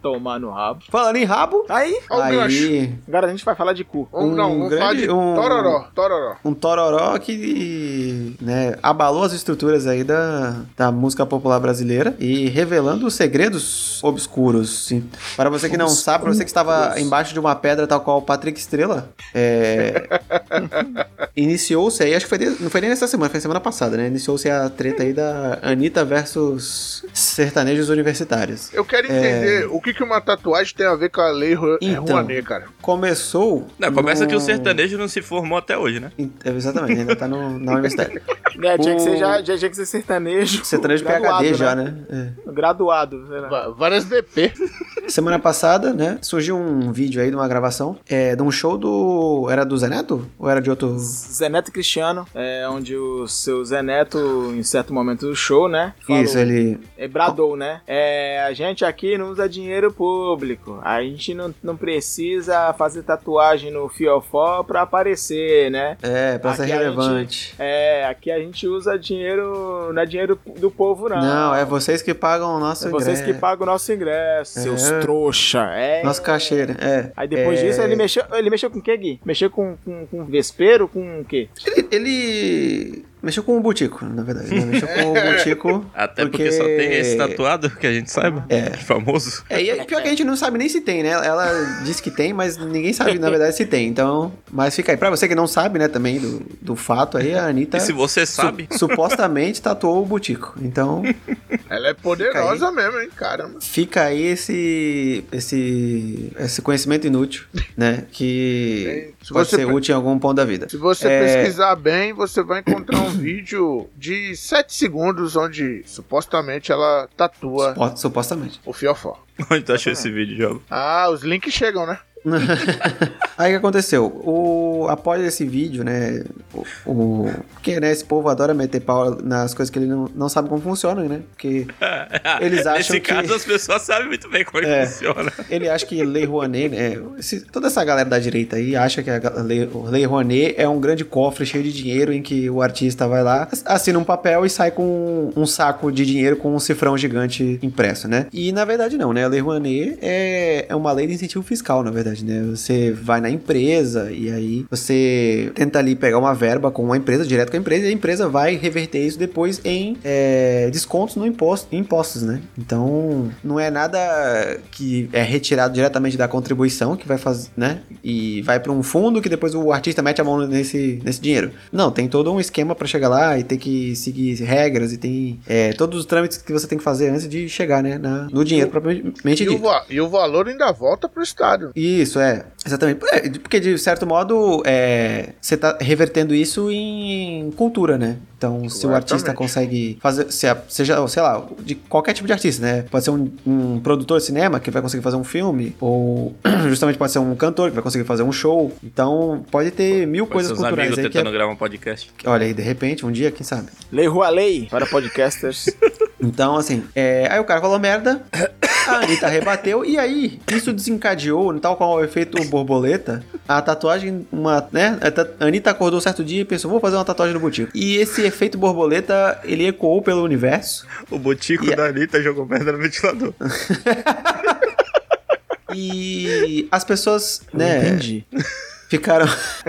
Speaker 7: Tomar no rabo.
Speaker 5: [LAUGHS] Falando em rabo.
Speaker 7: Aí,
Speaker 2: Ó o gancho.
Speaker 5: Aí,
Speaker 7: agora a gente vai falar de cu.
Speaker 2: Vamos,
Speaker 5: Um
Speaker 2: não, vamos falar
Speaker 5: grande-
Speaker 2: de
Speaker 5: um-
Speaker 2: Tororó. Tororó.
Speaker 5: um tororó que né, abalou as estruturas aí da, da música popular brasileira e revelando os segredos obscuros. Sim. Para você que não sabe, para você que estava embaixo de uma pedra tal qual o Patrick Estrela,
Speaker 6: [LAUGHS]
Speaker 5: é, iniciou-se aí, acho que foi, de- não foi nem nessa semana, foi semana passada, né? Iniciou-se a treta aí da Anitta versus sertanejos universitários.
Speaker 2: Eu quero entender o que, que uma tatuagem tem a ver com a lei Ru-
Speaker 5: É. Então.
Speaker 2: Rouanet, cara.
Speaker 5: Começou...
Speaker 6: Não, começa
Speaker 5: no-
Speaker 6: que o sertanejo não se formou até hoje, né?
Speaker 5: In- Exatamente, ainda tá
Speaker 6: [LAUGHS]
Speaker 5: no, na universidade.
Speaker 7: Né, tinha, que ser,
Speaker 5: O-
Speaker 7: já, já tinha que ser sertanejo.
Speaker 5: Sertanejo
Speaker 7: graduado,
Speaker 5: PHD já, né? É.
Speaker 7: Graduado, sei lá.
Speaker 2: Va- Várias DP.
Speaker 5: Semana passada, né, surgiu um vídeo aí de uma gravação, é, de um show do... Era do Zé Neto? Ou era de outro...
Speaker 7: Zé Neto e Cristiano, é onde o seu Zé Neto, em certo momento do show, né? falou-
Speaker 5: Isso, ele...
Speaker 7: é, bradou, né? É, a gente aqui não usa dinheiro público. A gente não, não precisa fazer tatuagem no fiofó pra aparecer, né?
Speaker 5: É, pra ser
Speaker 7: Aqui a
Speaker 5: relevante.
Speaker 7: É, aqui a gente usa dinheiro. Não é dinheiro do povo, não.
Speaker 5: Não, é vocês que pagam o nosso
Speaker 7: É vocês
Speaker 5: ingresso,
Speaker 7: que pagam o nosso ingresso,
Speaker 5: É.
Speaker 7: seus trouxa. É.
Speaker 5: Nosso cacheiro, é.
Speaker 7: Aí depois
Speaker 5: É,
Speaker 7: disso ele mexeu. Ele mexeu com o que, Gui? Mexeu com, com, com vespeiro? Com o quê?
Speaker 5: Ele, ele mexeu com o Butico, na verdade. né? Mexeu com o Butico.
Speaker 6: Até porque... só tem esse tatuado que a gente saiba.
Speaker 5: É.
Speaker 6: Famoso.
Speaker 5: [LAUGHS] É, e é pior que a gente não sabe nem se tem, né? Ela disse que tem, mas ninguém sabe, na verdade, se tem. Então, mas fica aí. Pra você que não sabe, né, também do, do fato aí, a Anitta...
Speaker 6: E se você
Speaker 5: Tá su-
Speaker 6: sabe, [LAUGHS]
Speaker 5: supostamente tatuou o Butico. Então,
Speaker 2: Ela é poderosa mesmo, hein, caramba.
Speaker 5: fica aí esse, esse, esse conhecimento inútil,
Speaker 2: [LAUGHS]
Speaker 5: né? Que
Speaker 2: Bem, se
Speaker 5: pode
Speaker 2: você
Speaker 5: ser
Speaker 2: pe-
Speaker 5: útil em algum ponto da vida.
Speaker 2: Se você
Speaker 5: É.
Speaker 2: pesquisar bem, você vai encontrar um [CLEARS THROAT] vídeo de 7 segundos onde supostamente ela tatua
Speaker 5: Supo- Supostamente.
Speaker 2: o fiofó.
Speaker 6: onde tu achou esse vídeo, Diogo?
Speaker 2: Ah, os links chegam, né?
Speaker 5: Aí o que aconteceu? O, após esse vídeo, né? O, o, porque né, esse povo adora meter pau nas coisas que ele não, não sabe como funcionam, né? Porque [LAUGHS] Eles acham
Speaker 6: Nesse
Speaker 5: que-
Speaker 6: caso, as pessoas sabem muito bem como é que
Speaker 5: É.
Speaker 6: funciona.
Speaker 5: Ele acha que Lei Rouanet, né, esse- toda essa galera da direita aí acha que a ga- Lei, Lei Rouanet é um grande cofre cheio de dinheiro em que o artista vai lá, assina um papel e sai com um saco de dinheiro com um cifrão gigante impresso, né? E na verdade não, né? A Lei Rouanet é, é uma lei de incentivo fiscal, na verdade, né? Você vai na empresa e aí você tenta ali pegar uma verba com uma empresa, direto com a empresa, e a empresa vai reverter isso depois em é, descontos no imposto, em impostos, né? Então, não é nada que é retirado diretamente da contribuição que vai fazer, né? E vai para um fundo que depois o artista mete a mão nesse, nesse dinheiro. Não, tem todo um esquema para chegar lá e tem que seguir regras e tem é, todos os trâmites que você tem que fazer antes de chegar, né? na- no dinheiro propriamente
Speaker 2: E o,
Speaker 5: dito.
Speaker 2: va- e o valor ainda volta pro Estado.
Speaker 5: Isso, é. Exatamente. É, Porque, de certo modo, é, você tá revertendo isso em cultura, né? Então, se o artista
Speaker 2: Exatamente.
Speaker 5: consegue fazer, se a- seja, sei lá, de qualquer tipo de artista, né? Pode ser um, um produtor de cinema que vai conseguir fazer um filme, ou [CLEARS THROAT] justamente pode ser um cantor que vai conseguir fazer um show. Então, pode ter mil
Speaker 6: Com
Speaker 5: coisas
Speaker 6: seus
Speaker 5: culturais
Speaker 6: amigos
Speaker 5: aí que é-
Speaker 6: tentando gravar um podcast.
Speaker 5: Olha aí, de repente, um dia, quem sabe?
Speaker 7: Lei Rua Lei para podcasters.
Speaker 5: Então, assim, é, aí o cara falou merda, a Anitta rebateu, e aí isso desencadeou, tal qual o efeito borboleta, a tatuagem, uma, né? A ta- a Anitta acordou certo dia e pensou, vou fazer uma tatuagem no botico. E esse efeito borboleta, ele ecoou pelo universo,
Speaker 6: O botico
Speaker 5: E- é-
Speaker 6: da Anitta jogou pedra no ventilador.
Speaker 5: e as pessoas, né?
Speaker 7: Entendi.
Speaker 5: [LAUGHS] ficaram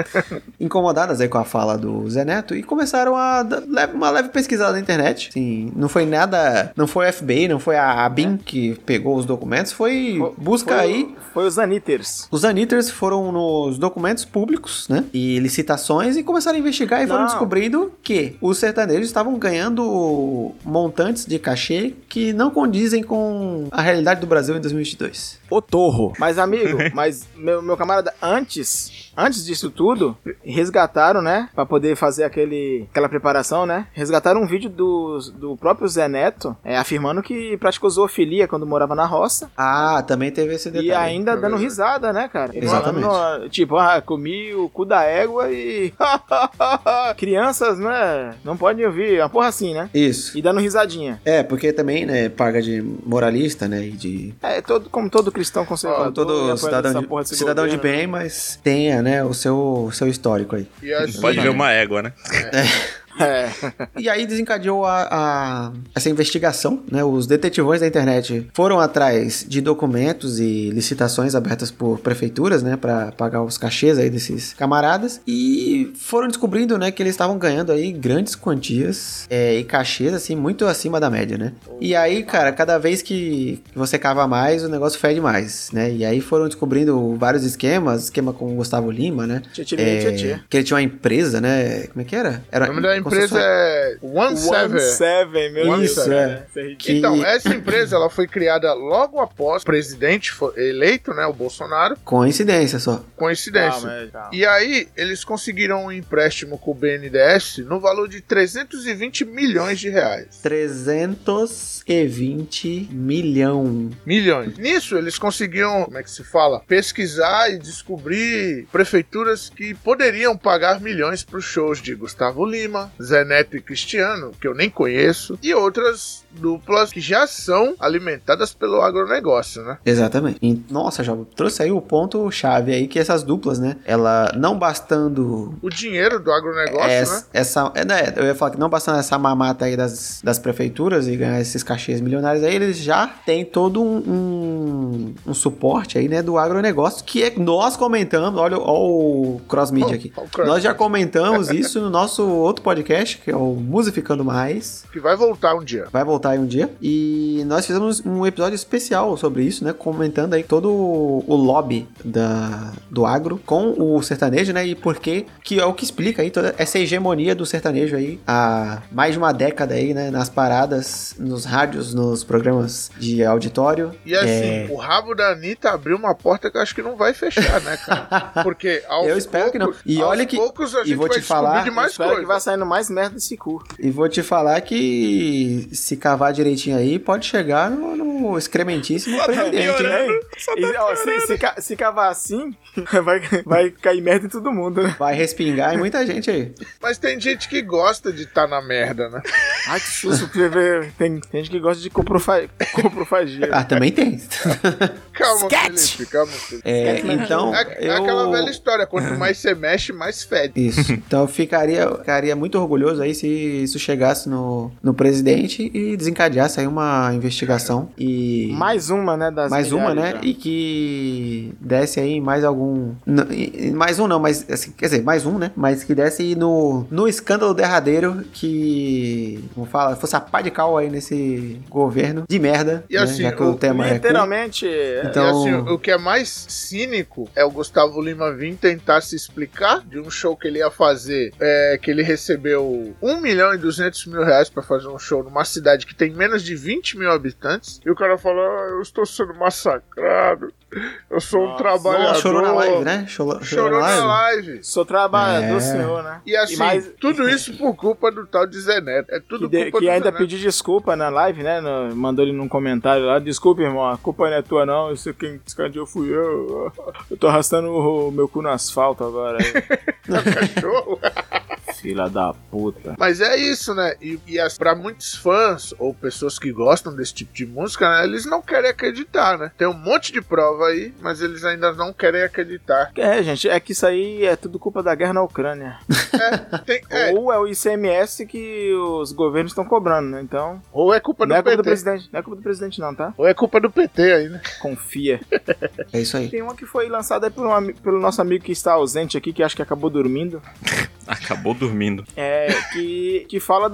Speaker 5: [LAUGHS] incomodadas aí com a fala do Zé Neto e começaram a dar leve- uma leve pesquisada na internet. Sim, não foi nada, não foi a FBI, não foi a ABIN que pegou os documentos, foi
Speaker 7: Fo-
Speaker 5: [LAUGHS] busca
Speaker 7: É. foi,
Speaker 5: aí.
Speaker 7: Foi os Anitters.
Speaker 5: Os Anitters foram nos documentos públicos, né? E licitações e começaram a investigar e foram
Speaker 7: Não.
Speaker 5: descobrindo que os sertanejos estavam ganhando montantes de cachê que não condizem com a realidade do Brasil em 2022.
Speaker 7: O Torro. Mas,
Speaker 5: [LAUGHS]
Speaker 7: amigo, mas meu, meu camarada, antes, antes disso tudo, resgataram, né? Pra poder fazer aquele, aquela preparação, né? Resgataram um vídeo do, do próprio Zé Neto é, afirmando que praticou zoofilia quando morava na roça.
Speaker 5: Ah, também teve esse detalhe.
Speaker 7: E ainda dando
Speaker 2: verdade.
Speaker 7: risada, né, cara? Ele
Speaker 5: Exatamente.
Speaker 7: falando, ó, tipo, ah, comi o cu da égua e. [LAUGHS] Crianças, né? Não podem ouvir. Uma porra assim, né?
Speaker 5: Isso.
Speaker 7: E dando risadinha.
Speaker 5: É, porque também, né, paga de moralista, né, e de...
Speaker 7: É, todo, como todo cristão conservador.
Speaker 5: Como todo
Speaker 7: né,
Speaker 5: cidadão,
Speaker 7: essa porra
Speaker 5: de,
Speaker 7: desse
Speaker 5: cidadão de
Speaker 7: governo,
Speaker 5: bem, né, mas tenha, né, o seu, o seu histórico aí.
Speaker 2: E assim,
Speaker 6: Pode ver uma égua, né?
Speaker 7: É.
Speaker 5: E aí desencadeou a, a- essa investigação, né? Os detetivões da internet foram atrás de documentos e licitações abertas por prefeituras, né, Pra pagar os cachês aí desses camaradas e foram descobrindo, né, que eles estavam ganhando aí grandes quantias é, e cachês assim muito acima da média, né? E aí, cara, cada vez que você cava mais, o negócio fede mais, né? E aí foram descobrindo vários esquemas, esquema com o Gustavo Lima, né?
Speaker 7: Tietê,
Speaker 5: É,
Speaker 7: tietê.
Speaker 5: que ele tinha uma empresa, né? Como é que era?
Speaker 2: O
Speaker 5: era
Speaker 2: nome da
Speaker 5: como se
Speaker 2: empresa
Speaker 5: fosse-
Speaker 2: é One
Speaker 7: One
Speaker 2: Seven.
Speaker 7: Seven, meu
Speaker 2: One
Speaker 7: Deus.
Speaker 5: Seven.
Speaker 7: cara. Isso é ridículo.
Speaker 5: que-
Speaker 2: Então, essa empresa ela foi criada logo após o presidente foi eleito, né, o Bolsonaro,
Speaker 5: Coincidência só.
Speaker 2: coincidência.
Speaker 7: Calma, é, calma.
Speaker 2: E aí, eles conseguiram um empréstimo com o BNDES no valor de 320 milhões de reais.
Speaker 5: 320 milhão.
Speaker 2: Milhões. Nisso, eles conseguiam, como é que se fala? Pesquisar e descobrir prefeituras que poderiam pagar milhões para os shows de Gustavo Lima, Zé Neto e Cristiano, que eu nem conheço, e outras duplas que já são alimentadas pelo agronegócio, né?
Speaker 5: Exatamente. E, nossa, já trouxe aí o ponto chave aí que essas duplas, né? Ela não bastando
Speaker 2: O dinheiro do agronegócio, né?
Speaker 5: essa, essa é, né, eu ia falar que não bastando essa mamata aí das, das prefeituras e ganhar esses cachês milionários aí, eles já têm todo um, um, um suporte aí, né, do agronegócio, que é nós comentamos, olha, o- ó o cross-media aqui.
Speaker 2: Ó, ó o cross-media.
Speaker 5: Nós já comentamos isso no nosso outro podcast, que é o Musificando Mais,
Speaker 2: Que vai voltar um dia.
Speaker 5: vai voltar aí um dia. E nós fizemos um episódio especial sobre isso, né? Comentando aí todo o lobby da, do agro com o sertanejo, né? E por que, que é o que explica aí toda essa hegemonia do sertanejo aí há mais de uma década aí, né? Nas paradas, nos rádios, nos programas de auditório.
Speaker 2: E assim,
Speaker 5: É.
Speaker 2: o rabo da Anitta abriu uma porta que eu acho que não vai fechar, né,
Speaker 5: [LAUGHS]
Speaker 2: cara? Porque aos
Speaker 5: Eu espero que não.
Speaker 2: poucos-
Speaker 5: E
Speaker 2: aos
Speaker 5: olha que-
Speaker 2: poucos a
Speaker 5: e
Speaker 2: gente
Speaker 5: vou
Speaker 2: vai
Speaker 5: te falar,
Speaker 2: descobrir de
Speaker 7: Eu
Speaker 2: mais
Speaker 7: espero
Speaker 2: coisa.
Speaker 7: que vá saindo mais merda desse cu.
Speaker 5: E vou te falar que se cavar direitinho aí, pode chegar no, no excrementíssimo
Speaker 2: Tá
Speaker 7: [LAUGHS]
Speaker 2: um
Speaker 5: presidente, né?
Speaker 6: piorando. Só tá
Speaker 7: E, ó, se, se, ca- se cavar assim, [LAUGHS] vai, vai cair merda em todo mundo, né?
Speaker 5: Vai respingar em muita gente aí.
Speaker 2: Mas tem gente que gosta de estar na merda, né?
Speaker 7: Ai, que susto. porque vê- Tem, tem gente que gosta de coprofa- coprofagia.
Speaker 5: Ah,
Speaker 2: [LAUGHS]
Speaker 5: também tem.
Speaker 2: Calma,
Speaker 7: Sketch!
Speaker 2: Felipe, calma. Felipe.
Speaker 5: É,
Speaker 7: Esquece,
Speaker 5: então.
Speaker 2: É, é
Speaker 5: eu...
Speaker 2: aquela velha história,
Speaker 5: [LAUGHS]
Speaker 2: quanto mais você mexe, mais fede. [LAUGHS]
Speaker 5: Isso. Então eu ficaria, ficaria muito orgulhoso aí se isso chegasse no, no presidente e desencadeasse aí uma investigação [LAUGHS] e
Speaker 7: Mais uma, né? Das
Speaker 5: mais uma, né?
Speaker 7: milhares já.
Speaker 5: E que desse aí mais algum, n- e- e mais um não, mas assim, quer dizer, mais um, né? Mas que desse aí no no escândalo derradeiro que, como fala, fosse a pá de cal aí nesse governo de merda,
Speaker 2: E
Speaker 5: né?
Speaker 2: assim,
Speaker 5: já que o,
Speaker 2: o-
Speaker 5: tema é cu.
Speaker 7: Literalmente. é-
Speaker 5: Então-
Speaker 2: E assim, o que é mais cínico é o Gustavo Lima vir tentar se explicar de um show que ele ia fazer, é, que ele recebeu 1 milhão e 200 mil reais pra fazer um show numa cidade que tem menos de 20 mil habitantes, e o cara fala, ah, eu estou sendo massacrado, eu sou um
Speaker 7: Nossa,
Speaker 2: trabalhador.
Speaker 5: Não, chorou na live, né? Chorou,
Speaker 2: Chorou na live.
Speaker 7: Sou trabalhador,
Speaker 5: É.
Speaker 7: senhor, né?
Speaker 2: E assim,
Speaker 7: E mais-
Speaker 2: tudo isso por culpa do tal de Zé Neto. É tudo
Speaker 7: que de-
Speaker 2: culpa
Speaker 7: que
Speaker 2: do
Speaker 7: ainda
Speaker 2: Zé Neto.
Speaker 7: pediu desculpa na live, né? no- mandou ele num comentário lá. Desculpa, irmão, a culpa não é tua, não. Eu sei quem descandiou fui eu. Eu tô arrastando o, o meu cu no asfalto agora.
Speaker 5: [LAUGHS]
Speaker 7: aí. [LAUGHS]
Speaker 2: cachorro.
Speaker 7: Filha da puta.
Speaker 2: Mas é isso, né? E, e as, pra muitos fãs ou pessoas que gostam desse tipo de música, né? Eles não querem acreditar, né? Tem um monte de prova aí, mas eles ainda não querem acreditar.
Speaker 7: É, gente, é que isso aí é tudo culpa da guerra na Ucrânia.
Speaker 2: É, tem- é,
Speaker 7: [LAUGHS] Ou é o ICMS que os governos estão cobrando, né? Então,
Speaker 2: ou é culpa do
Speaker 7: não é culpa do
Speaker 2: PT.
Speaker 7: presidente. Não é culpa do presidente, não, tá?
Speaker 2: ou é culpa do PT aí, né?
Speaker 7: Confia.
Speaker 5: É isso aí.
Speaker 7: Tem uma que foi lançada aí por um ami- pelo nosso amigo que está ausente aqui, que acho que acabou dormindo.
Speaker 6: Acabou dormindo.
Speaker 7: É, que, que fala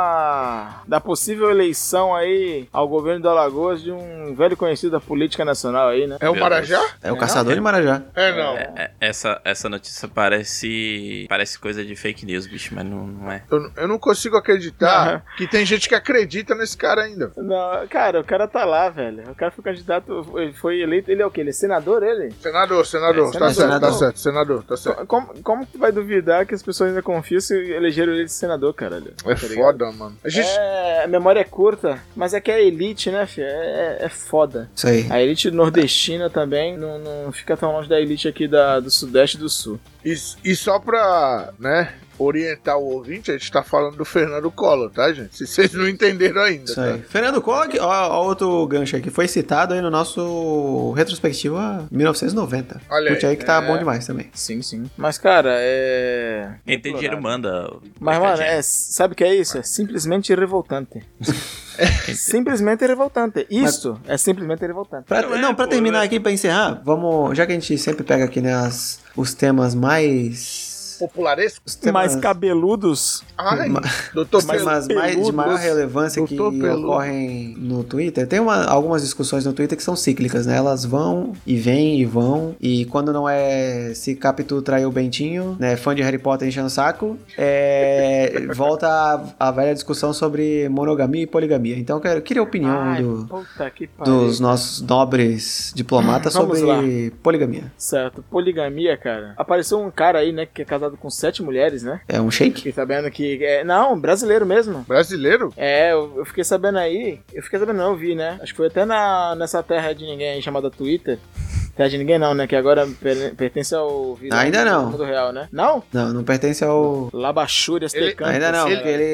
Speaker 7: da, da possível eleição aí ao governo do Alagoas de um velho conhecido da política nacional aí, né?
Speaker 2: É o
Speaker 6: Meu
Speaker 2: Marajá?
Speaker 5: É o caçador de Marajá.
Speaker 2: É, não.
Speaker 6: É, essa, essa notícia parece. Parece coisa de fake news, bicho, mas não, não é.
Speaker 2: Eu, eu não consigo acreditar que tem gente que acredita nesse cara ainda.
Speaker 7: Não, cara, o cara tá lá, velho. O cara foi candidato, ele foi eleito. Ele é o quê? Ele é senador, ele?
Speaker 2: Senador, senador,
Speaker 7: É,
Speaker 2: tá
Speaker 7: senador.
Speaker 2: certo, tá
Speaker 5: Senador.
Speaker 2: certo, senador, tá certo.
Speaker 7: Como, como que tu vai duvidar que as pessoas ainda confiam se elegeram ele de senador, caralho?
Speaker 2: É
Speaker 7: Tá ligado?
Speaker 2: foda, mano. A gente,
Speaker 7: É, a memória é curta, mas é que a elite, né, filho? É, é foda.
Speaker 5: Isso aí.
Speaker 7: A elite nordestina também não, não fica tão longe da elite aqui da, do sudeste e do sul.
Speaker 2: E, e só pra, né, orientar o ouvinte, a gente tá falando do Fernando Collor, tá, gente? Se vocês não entenderam ainda,
Speaker 5: Isso
Speaker 2: tá?
Speaker 5: aí. Fernando Collor, que- ó, ó outro gancho aí, que foi citado aí no nosso retrospectiva 1990.
Speaker 2: Olha aí.
Speaker 5: Curte aí que tá
Speaker 7: É.
Speaker 5: bom demais também.
Speaker 7: Sim, sim. Mas, cara, é.
Speaker 6: Quem tem dinheiro manda. o
Speaker 7: Mas, mano,
Speaker 6: recadinho.
Speaker 7: é, sabe o que é isso? É simplesmente [LAUGHS] revoltante. simplesmente revoltante. Isso é simplesmente revoltante.
Speaker 5: Pra,
Speaker 6: Não
Speaker 5: não,
Speaker 6: é,
Speaker 5: pra
Speaker 6: pô,
Speaker 5: terminar
Speaker 6: é.
Speaker 5: aqui, pra encerrar, vamos. Já que a gente sempre pega aqui, né, as- os temas mais.
Speaker 2: Popularesco?
Speaker 5: Os temas
Speaker 7: Mas cabeludos.
Speaker 2: Ai,
Speaker 5: Ma-
Speaker 2: doutor
Speaker 5: Mas,
Speaker 2: Pelo-
Speaker 5: mas mais, de
Speaker 7: peludos.
Speaker 5: maior relevância que
Speaker 2: Doutor Peludo.
Speaker 5: ocorrem no Twitter, tem uma- algumas discussões no Twitter que são cíclicas, né? Elas vão e vêm e vão. E quando não é se Capitu traiu o Bentinho, né? Fã de Harry Potter enchendo o saco, é, volta a, a velha discussão sobre monogamia e poligamia. Então eu quero, queria a opinião
Speaker 7: Ai,
Speaker 5: do-
Speaker 7: puta que pariu.
Speaker 5: dos nossos nobres diplomatas
Speaker 7: Vamos
Speaker 5: sobre poligamia.
Speaker 7: Certo, poligamia, cara. Apareceu um cara aí, né, que é casado com sete mulheres, né?
Speaker 5: É um shake?
Speaker 7: Fiquei sabendo que. É... Não, brasileiro mesmo.
Speaker 2: Brasileiro?
Speaker 7: É, eu eu fiquei sabendo aí. Eu fiquei sabendo, não, eu vi, né? Acho que foi até na, nessa terra de ninguém aí chamada Twitter. Terra de ninguém não, né? Que agora per- pertence ao. virado
Speaker 5: Ainda não.
Speaker 7: Mundo real, né? Não?
Speaker 5: Não, não pertence ao.
Speaker 7: Labachúrias,
Speaker 2: Ele-
Speaker 7: Tecantas.
Speaker 5: Ainda não,
Speaker 2: ele-
Speaker 5: porque ele.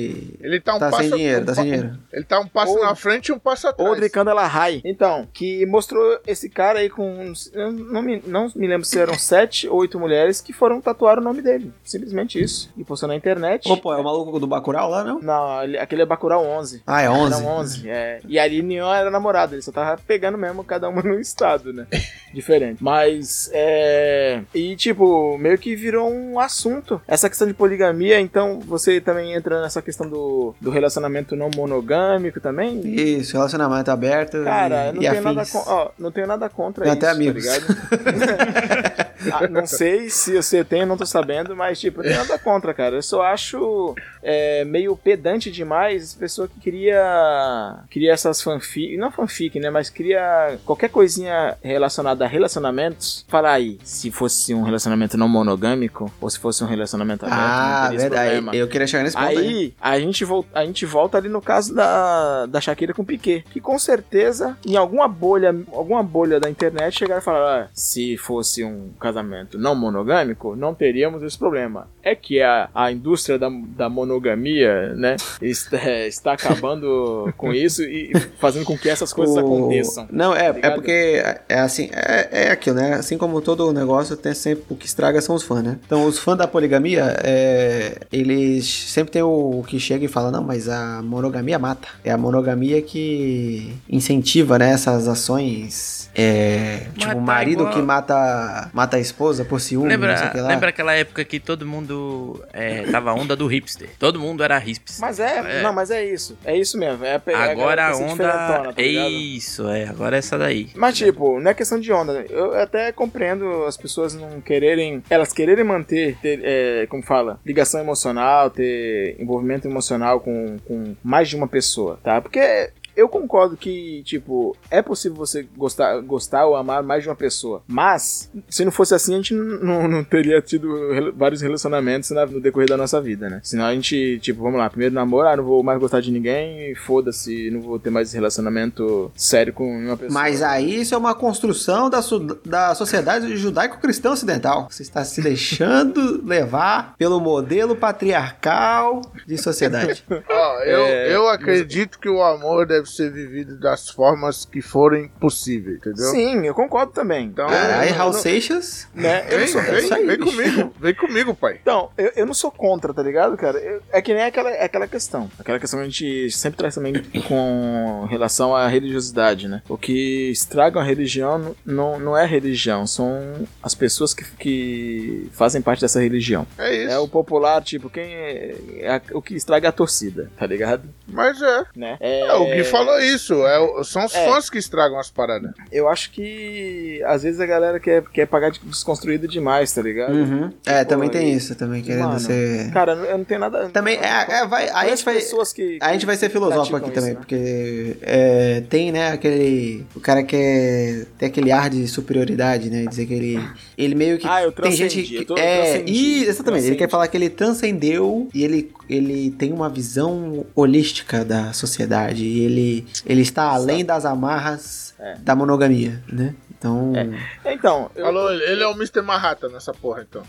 Speaker 5: ele...
Speaker 2: Ele tá um
Speaker 5: Tá
Speaker 2: passo
Speaker 5: sem dinheiro,
Speaker 2: um
Speaker 5: tá sem
Speaker 2: pa-
Speaker 5: dinheiro.
Speaker 2: Ele tá um passo
Speaker 7: Ou-
Speaker 2: na frente e um passo atrás.
Speaker 7: Audrey Candela High. Então, que mostrou esse cara aí com. eu Não me, não me lembro se eram sete ou oito mulheres que foram tatuar o nome dele. Simplesmente isso. E postou na internet.
Speaker 5: Opa, é o maluco do Bacurau lá, não?
Speaker 7: Não, ele- aquele é Bacurau 11.
Speaker 5: Ah, é
Speaker 7: Era
Speaker 5: 11.
Speaker 7: 11, é. E ali nenhum era namorado, ele só tava pegando mesmo cada uma num estado, né? Diferente. Mas, é. E, tipo, meio que virou um assunto. Essa questão de poligamia, então você também entra nessa questão do, do relacionamento não monogâmico também?
Speaker 5: Isso, relacionamento aberto.
Speaker 7: Cara,
Speaker 5: e,
Speaker 7: eu não
Speaker 5: e
Speaker 7: tenho nada
Speaker 5: afins.
Speaker 7: con- ó, não tenho nada contra
Speaker 5: Tem
Speaker 7: isso,
Speaker 5: até amigos.
Speaker 7: tá
Speaker 5: [LAUGHS]
Speaker 7: ligado? Ah, não sei se você tem, não tô sabendo, mas tipo, eu tenho nada contra, cara. Eu só acho é, meio pedante demais as pessoas que cria cria essas fanfic, não fanfic, né, mas cria qualquer coisinha relacionada a relacionamentos. Fala aí, se fosse um relacionamento não monogâmico ou se fosse um relacionamento aberto, não
Speaker 5: Ah,
Speaker 7: teria esse problema.
Speaker 5: verdade. Eu queria chegar nesse ponto aí.
Speaker 7: Aí a gente, volta, a gente volta ali no caso da, da Shakira com o Piquet. Que com certeza, em alguma bolha, alguma bolha da internet, chegaram e falaram: "Ah, se fosse um casamento não monogâmico, não teríamos esse problema. É que a, a indústria da, da monogamia, né, [LAUGHS] está, está acabando com isso e fazendo com que essas coisas
Speaker 5: O-
Speaker 7: aconteçam. tá
Speaker 5: Não, é, é
Speaker 7: ligado?
Speaker 5: porque é assim, é, é aquilo, né? Assim como todo negócio, tem sempre o que estraga são os fãs, né? Então, os fãs da poligamia, é, eles sempre tem o que chega e fala, não, mas a monogamia mata. É a monogamia que incentiva, né, essas ações. É, tipo,
Speaker 6: tá
Speaker 5: o marido
Speaker 6: igual-
Speaker 5: que mata, mata a esposa por ciúme, não sei
Speaker 6: Lembra,
Speaker 5: o que lá.
Speaker 6: lembra aquela época que todo mundo é, tava a onda do hipster? Todo mundo era hipster.
Speaker 7: Mas é,
Speaker 6: É.
Speaker 7: não, mas é isso. É isso mesmo. É, é
Speaker 6: Agora
Speaker 7: galera
Speaker 6: a
Speaker 7: que se
Speaker 6: onda.
Speaker 7: diferentona, tá
Speaker 6: É
Speaker 7: ligado?
Speaker 6: isso, é. Agora é essa daí.
Speaker 7: Mas, tipo, não é questão de onda. Eu até compreendo as pessoas não quererem. Elas quererem manter, ter, é, como fala, ligação emocional, ter envolvimento emocional com, com mais de uma pessoa, tá? Porque. Eu concordo que, tipo, é possível você gostar, gostar ou amar mais de uma pessoa. Mas, se não fosse assim, a gente n- não, não teria tido rel- vários relacionamentos na- no decorrer da nossa vida, né? Senão a gente, tipo, vamos lá, primeiro namoro, ah, não vou mais gostar de ninguém, foda-se, não vou ter mais relacionamento sério com uma pessoa.
Speaker 5: Mas aí isso é uma construção da, su- da sociedade judaico-cristã ocidental. Você está se deixando [LAUGHS] levar pelo modelo patriarcal de sociedade.
Speaker 2: Ó, eu,
Speaker 7: É,
Speaker 2: eu acredito que o amor deve ser vivido das formas que forem possíveis, entendeu?
Speaker 7: Sim, eu concordo também.
Speaker 2: Então,
Speaker 5: Cara, aí
Speaker 2: eu
Speaker 5: Raul
Speaker 2: não-
Speaker 5: Seixas.
Speaker 7: Né? Eu não
Speaker 2: Vem,
Speaker 7: sou-
Speaker 5: é isso aí,
Speaker 2: vem, vem
Speaker 5: bicho.
Speaker 2: comigo, vem comigo, pai.
Speaker 7: Então, eu, eu não sou contra, tá ligado, cara? Eu- é que nem aquela, aquela questão. Aquela questão que a gente sempre traz também com relação à religiosidade, né? O que estraga a religião n- não, não é a religião, são as pessoas que, que fazem parte dessa religião.
Speaker 2: É isso.
Speaker 7: É o popular, tipo, quem é, é a- o que estraga é a torcida, tá ligado?
Speaker 2: Mas é.
Speaker 7: Né?
Speaker 2: É, O Gui falou isso. é o- são os
Speaker 7: É.
Speaker 2: fãs que estragam as paradas.
Speaker 7: Eu acho que às vezes a galera quer, quer pagar de desconstruída demais, tá ligado?
Speaker 5: Uhum. É,
Speaker 7: Pô,
Speaker 5: também tem
Speaker 7: aí-
Speaker 5: isso, também querendo
Speaker 7: Mano.
Speaker 5: ser.
Speaker 7: Cara, eu não tenho nada.
Speaker 5: Também, é, é, vai, aí a gente vai.
Speaker 7: pessoas que.
Speaker 5: A gente vai ser
Speaker 7: praticam
Speaker 5: filosófico aqui
Speaker 7: isso,
Speaker 5: também,
Speaker 7: né?
Speaker 5: porque é, tem, né, aquele. O cara quer. Tem aquele ar de superioridade, né? Dizer que ele. Ele meio que.
Speaker 7: Ah, eu
Speaker 5: tem gente
Speaker 7: transcendi,
Speaker 5: que.
Speaker 7: eu tô- eu
Speaker 5: é,
Speaker 7: transcendi,
Speaker 5: e,
Speaker 7: eu
Speaker 5: exatamente. Ele quer
Speaker 7: transcendi.
Speaker 5: falar que ele transcendeu e ele, ele tem uma visão holística da sociedade. E ele, ele está além das amarras
Speaker 7: É.
Speaker 5: da monogamia, né? Então.
Speaker 7: Então, eu,
Speaker 2: é
Speaker 7: [LAUGHS]
Speaker 2: Falou, ele é o Mr. Marrata nessa porra, então.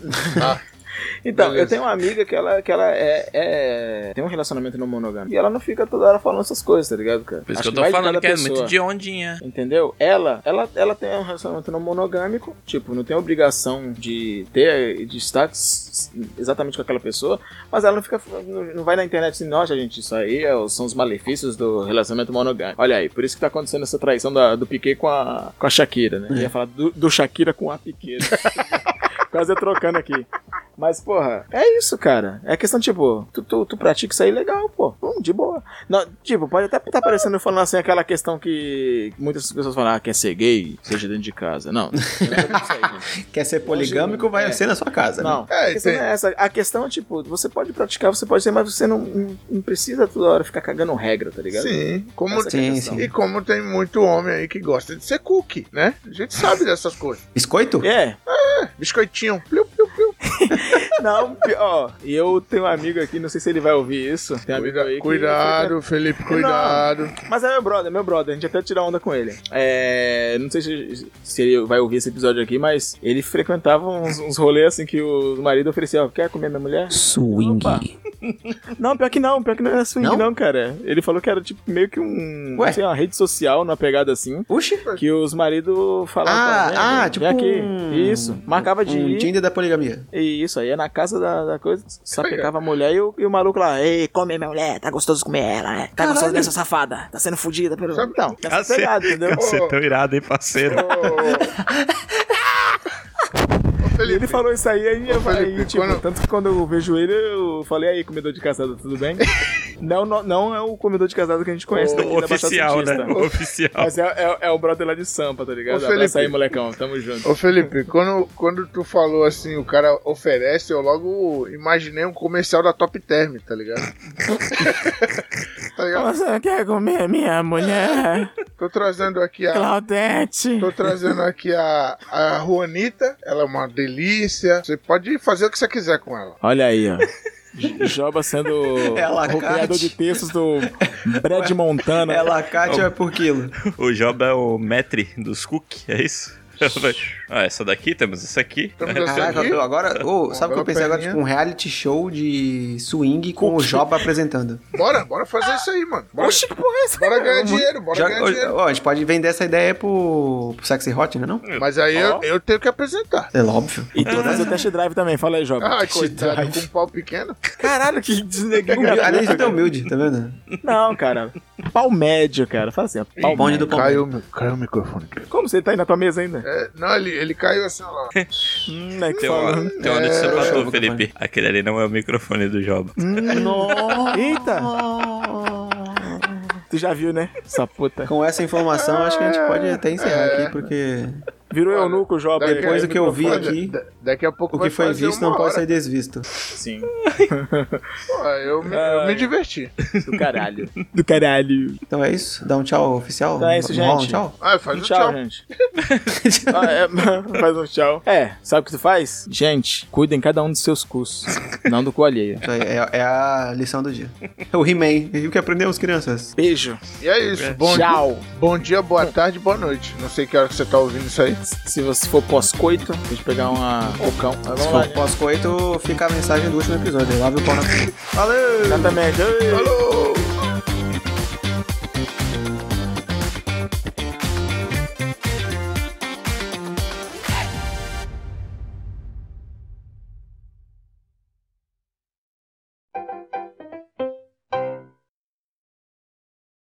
Speaker 7: Então, eu
Speaker 2: Beleza.
Speaker 7: tenho uma amiga que ela, que ela é, é- tem um relacionamento não monogâmico. E ela não fica toda hora falando essas coisas, tá ligado, cara?
Speaker 6: Por isso
Speaker 7: Acho
Speaker 6: que eu tô
Speaker 7: vai de
Speaker 6: falando
Speaker 7: cada
Speaker 6: que é
Speaker 7: pessoa.
Speaker 6: muito de ondinha.
Speaker 7: Entendeu? Ela, ela, ela tem um relacionamento não monogâmico, tipo, não tem obrigação de ter de estar s- exatamente com aquela pessoa, mas ela não fica não não vai na internet assim, nossa, gente, isso aí é o- são os malefícios do relacionamento monogâmico. Olha aí, por isso que tá acontecendo essa traição da- do Piquet com a, com a Shakira, né? Eu ia falar do, do Shakira com a Piquet. [LAUGHS] Quase eu trocando aqui. Mas, porra, é isso, cara. É questão, tipo, tu, tu, tu pratica isso aí legal, pô. Hum, de boa. Não, tipo, pode até estar parecendo eu falando assim aquela questão que muitas pessoas falam, ah, quer ser gay, seja dentro de casa.
Speaker 2: [LAUGHS]
Speaker 7: Não. Não, é nada disso aí, gente.
Speaker 5: Quer ser poligâmico, vai
Speaker 7: É.
Speaker 5: ser na sua casa. né?
Speaker 7: não
Speaker 2: É,
Speaker 7: a questão
Speaker 2: tem-
Speaker 7: não é essa. A questão é, tipo, você pode praticar, você pode ser, mas você não, não- não precisa toda hora ficar cagando regra, tá ligado?
Speaker 2: Sim, como
Speaker 7: Essa que é a
Speaker 5: Sim,
Speaker 7: questão.
Speaker 5: sim.
Speaker 2: E como tem muito homem aí que gosta de ser cookie, né? A gente sabe dessas coisas. [LAUGHS]
Speaker 5: Biscoito?
Speaker 7: É,
Speaker 2: Biscoitinho. Pliu, pliu, pliu.
Speaker 7: não, pi- ó, e eu tenho um amigo aqui, não sei se ele vai ouvir isso. Tem um amigo aí que-
Speaker 2: Cuidado, Felipe, cuidado.
Speaker 7: Mas é meu brother, meu brother. A gente até tira onda com ele. É. Não sei se, se ele vai ouvir esse episódio aqui, mas ele frequentava uns, uns rolês assim que o marido oferecia: ó, quer comer minha mulher?
Speaker 5: Swing.
Speaker 7: Opa. Não, pior que não, pior que não era swing,
Speaker 5: Não?
Speaker 7: não, cara. Ele falou que era tipo meio que um.
Speaker 5: Ué?
Speaker 7: Não sei, uma rede social, uma pegada assim.
Speaker 5: Puxa.
Speaker 7: Que os maridos falavam.
Speaker 5: Ah,
Speaker 7: "Vem,
Speaker 5: ah,
Speaker 7: vem
Speaker 5: tipo
Speaker 7: aqui.
Speaker 5: um-
Speaker 7: Isso. Marcava de
Speaker 5: Um
Speaker 7: ir.
Speaker 5: Tinder da poligamia.
Speaker 7: E isso, aí é na casa da, da coisa, sapecava a mulher e o, e o maluco lá, ei, come minha mulher, tá gostoso comer ela, né? Tá gostoso dessa safada, tá sendo fudida pelo.
Speaker 2: Sabe-
Speaker 7: Então, tá
Speaker 6: Cacete.
Speaker 7: pegado, entendeu?
Speaker 6: Você é tão irado, hein, parceiro?
Speaker 2: Ô, [LAUGHS] Ô,
Speaker 7: E ele
Speaker 2: Felipe,
Speaker 7: falou isso aí, aí eu falei,
Speaker 2: Felipe,
Speaker 7: tipo,
Speaker 2: quando-
Speaker 7: tanto que quando eu vejo ele, eu falei, aí, comedor de casada, tudo [LAUGHS] bem? não, não, não é o comedor de casada que a gente conhece, daqui
Speaker 6: O
Speaker 7: da Baixada
Speaker 6: oficial, né?
Speaker 7: Santista.
Speaker 6: O oficial.
Speaker 7: Mas é, é, é o brother lá de Sampa, tá ligado?
Speaker 2: Ô,
Speaker 7: Abraça
Speaker 2: Felipe.
Speaker 7: aí, molecão, tamo junto.
Speaker 2: ô, Felipe quando, quando tu falou assim, o cara oferece, eu logo imaginei um comercial da Top Term, tá ligado? [LAUGHS] tá ligado?
Speaker 7: Você quer comer minha [LAUGHS] mulher,
Speaker 2: Tô trazendo aqui a.
Speaker 7: Claudete?
Speaker 2: Tô trazendo aqui a, a Juanita, ela é uma delícia. Você pode fazer o que você quiser com ela.
Speaker 7: Olha aí, ó. J- Joba sendo [LAUGHS]
Speaker 5: É
Speaker 7: o
Speaker 5: alacarte.
Speaker 7: criador de textos do Brad Montana.
Speaker 5: É lacate ou é por quilo?
Speaker 6: O Job é o metre dos cook, é [LAUGHS] isso? ah, essa daqui, temos essa aqui.
Speaker 2: Temos essa
Speaker 5: Caraca,
Speaker 2: aqui.
Speaker 5: eu agora. ô,
Speaker 2: Uma
Speaker 5: sabe o que
Speaker 2: bela
Speaker 5: eu pensei agora?
Speaker 2: perninha.
Speaker 5: Tipo, um reality show de swing com o Joba apresentando.
Speaker 2: Bora, bora fazer isso aí, mano. Bora,
Speaker 7: Oxi, que porra é essa?
Speaker 2: bora ganhar dinheiro, bora
Speaker 5: Joga-
Speaker 2: ganhar
Speaker 5: ô,
Speaker 2: dinheiro.
Speaker 5: ó, a gente pode vender essa ideia pro, pro Sexy Hot, né? Não?
Speaker 2: Mas aí eu,
Speaker 6: Ó.
Speaker 2: eu tenho que apresentar.
Speaker 5: É óbvio.
Speaker 7: E tem que fazer o test drive também, fala aí, Joba.
Speaker 2: Ai, coitado, com um pau pequeno.
Speaker 7: Ah, Caralho, que desneguinho.
Speaker 5: Humil- Além de tu é humilde, tá vendo?
Speaker 7: Não, cara. Pau médio, cara. Fala assim, ó, pau
Speaker 5: Bonde
Speaker 7: médio.
Speaker 5: do Palmeiras.
Speaker 2: Caiu, o mi- caiu o microfone.
Speaker 7: Como você tá aí na tua mesa ainda?
Speaker 2: É, não, ele, ele caiu assim, ó lá.
Speaker 7: Hum, é que
Speaker 6: Tem uma,
Speaker 7: fala.
Speaker 6: tem uma notícia pra
Speaker 5: deixa eu
Speaker 6: tu,
Speaker 5: ver
Speaker 6: Felipe. Aquele ali não é o microfone do Job.
Speaker 7: Nossa. [LAUGHS] Eita. Tu já viu, né? Essa puta.
Speaker 5: Com essa informação, acho que a gente pode até encerrar aqui, porque
Speaker 7: Virou eunuco, Joba.
Speaker 2: Daqui-
Speaker 5: [LAUGHS] depois do que eu vi
Speaker 2: Olha,
Speaker 5: aqui,
Speaker 2: da- daqui a pouco
Speaker 5: o que
Speaker 2: vai
Speaker 5: foi
Speaker 2: fazer
Speaker 5: visto
Speaker 2: uma
Speaker 5: não pode
Speaker 2: hora.
Speaker 5: sair desvisto.
Speaker 7: Sim.
Speaker 2: Pô, eu, me, eu me diverti.
Speaker 7: Do caralho. [LAUGHS] Do caralho.
Speaker 5: Então é isso. Dá um tchau oficial.
Speaker 7: Então é isso,
Speaker 5: Rola um
Speaker 7: gente.
Speaker 5: tchau.
Speaker 2: Ah, faz
Speaker 7: Um
Speaker 2: um
Speaker 7: tchau,
Speaker 2: tchau.
Speaker 7: gente. Ah, é, faz um tchau. É, sabe o que tu faz? Gente, cuidem cada um dos seus cus, não do cu alheio.
Speaker 5: Isso aí é, é a lição do dia. É o He-Man. E O que aprendemos, crianças?
Speaker 7: Beijo.
Speaker 2: E é isso. Bom,
Speaker 7: tchau.
Speaker 2: bom dia, boa tarde, boa noite. Não sei que hora que você tá ouvindo isso aí.
Speaker 7: Se você for pós-coito, deixa eu pegar uma cocão. Mas vamos
Speaker 5: Se
Speaker 7: lá,
Speaker 5: for
Speaker 7: gente.
Speaker 5: pós-coito, fica a mensagem do último episódio. Lave o pau na
Speaker 7: Exatamente. Ei.
Speaker 2: Falou!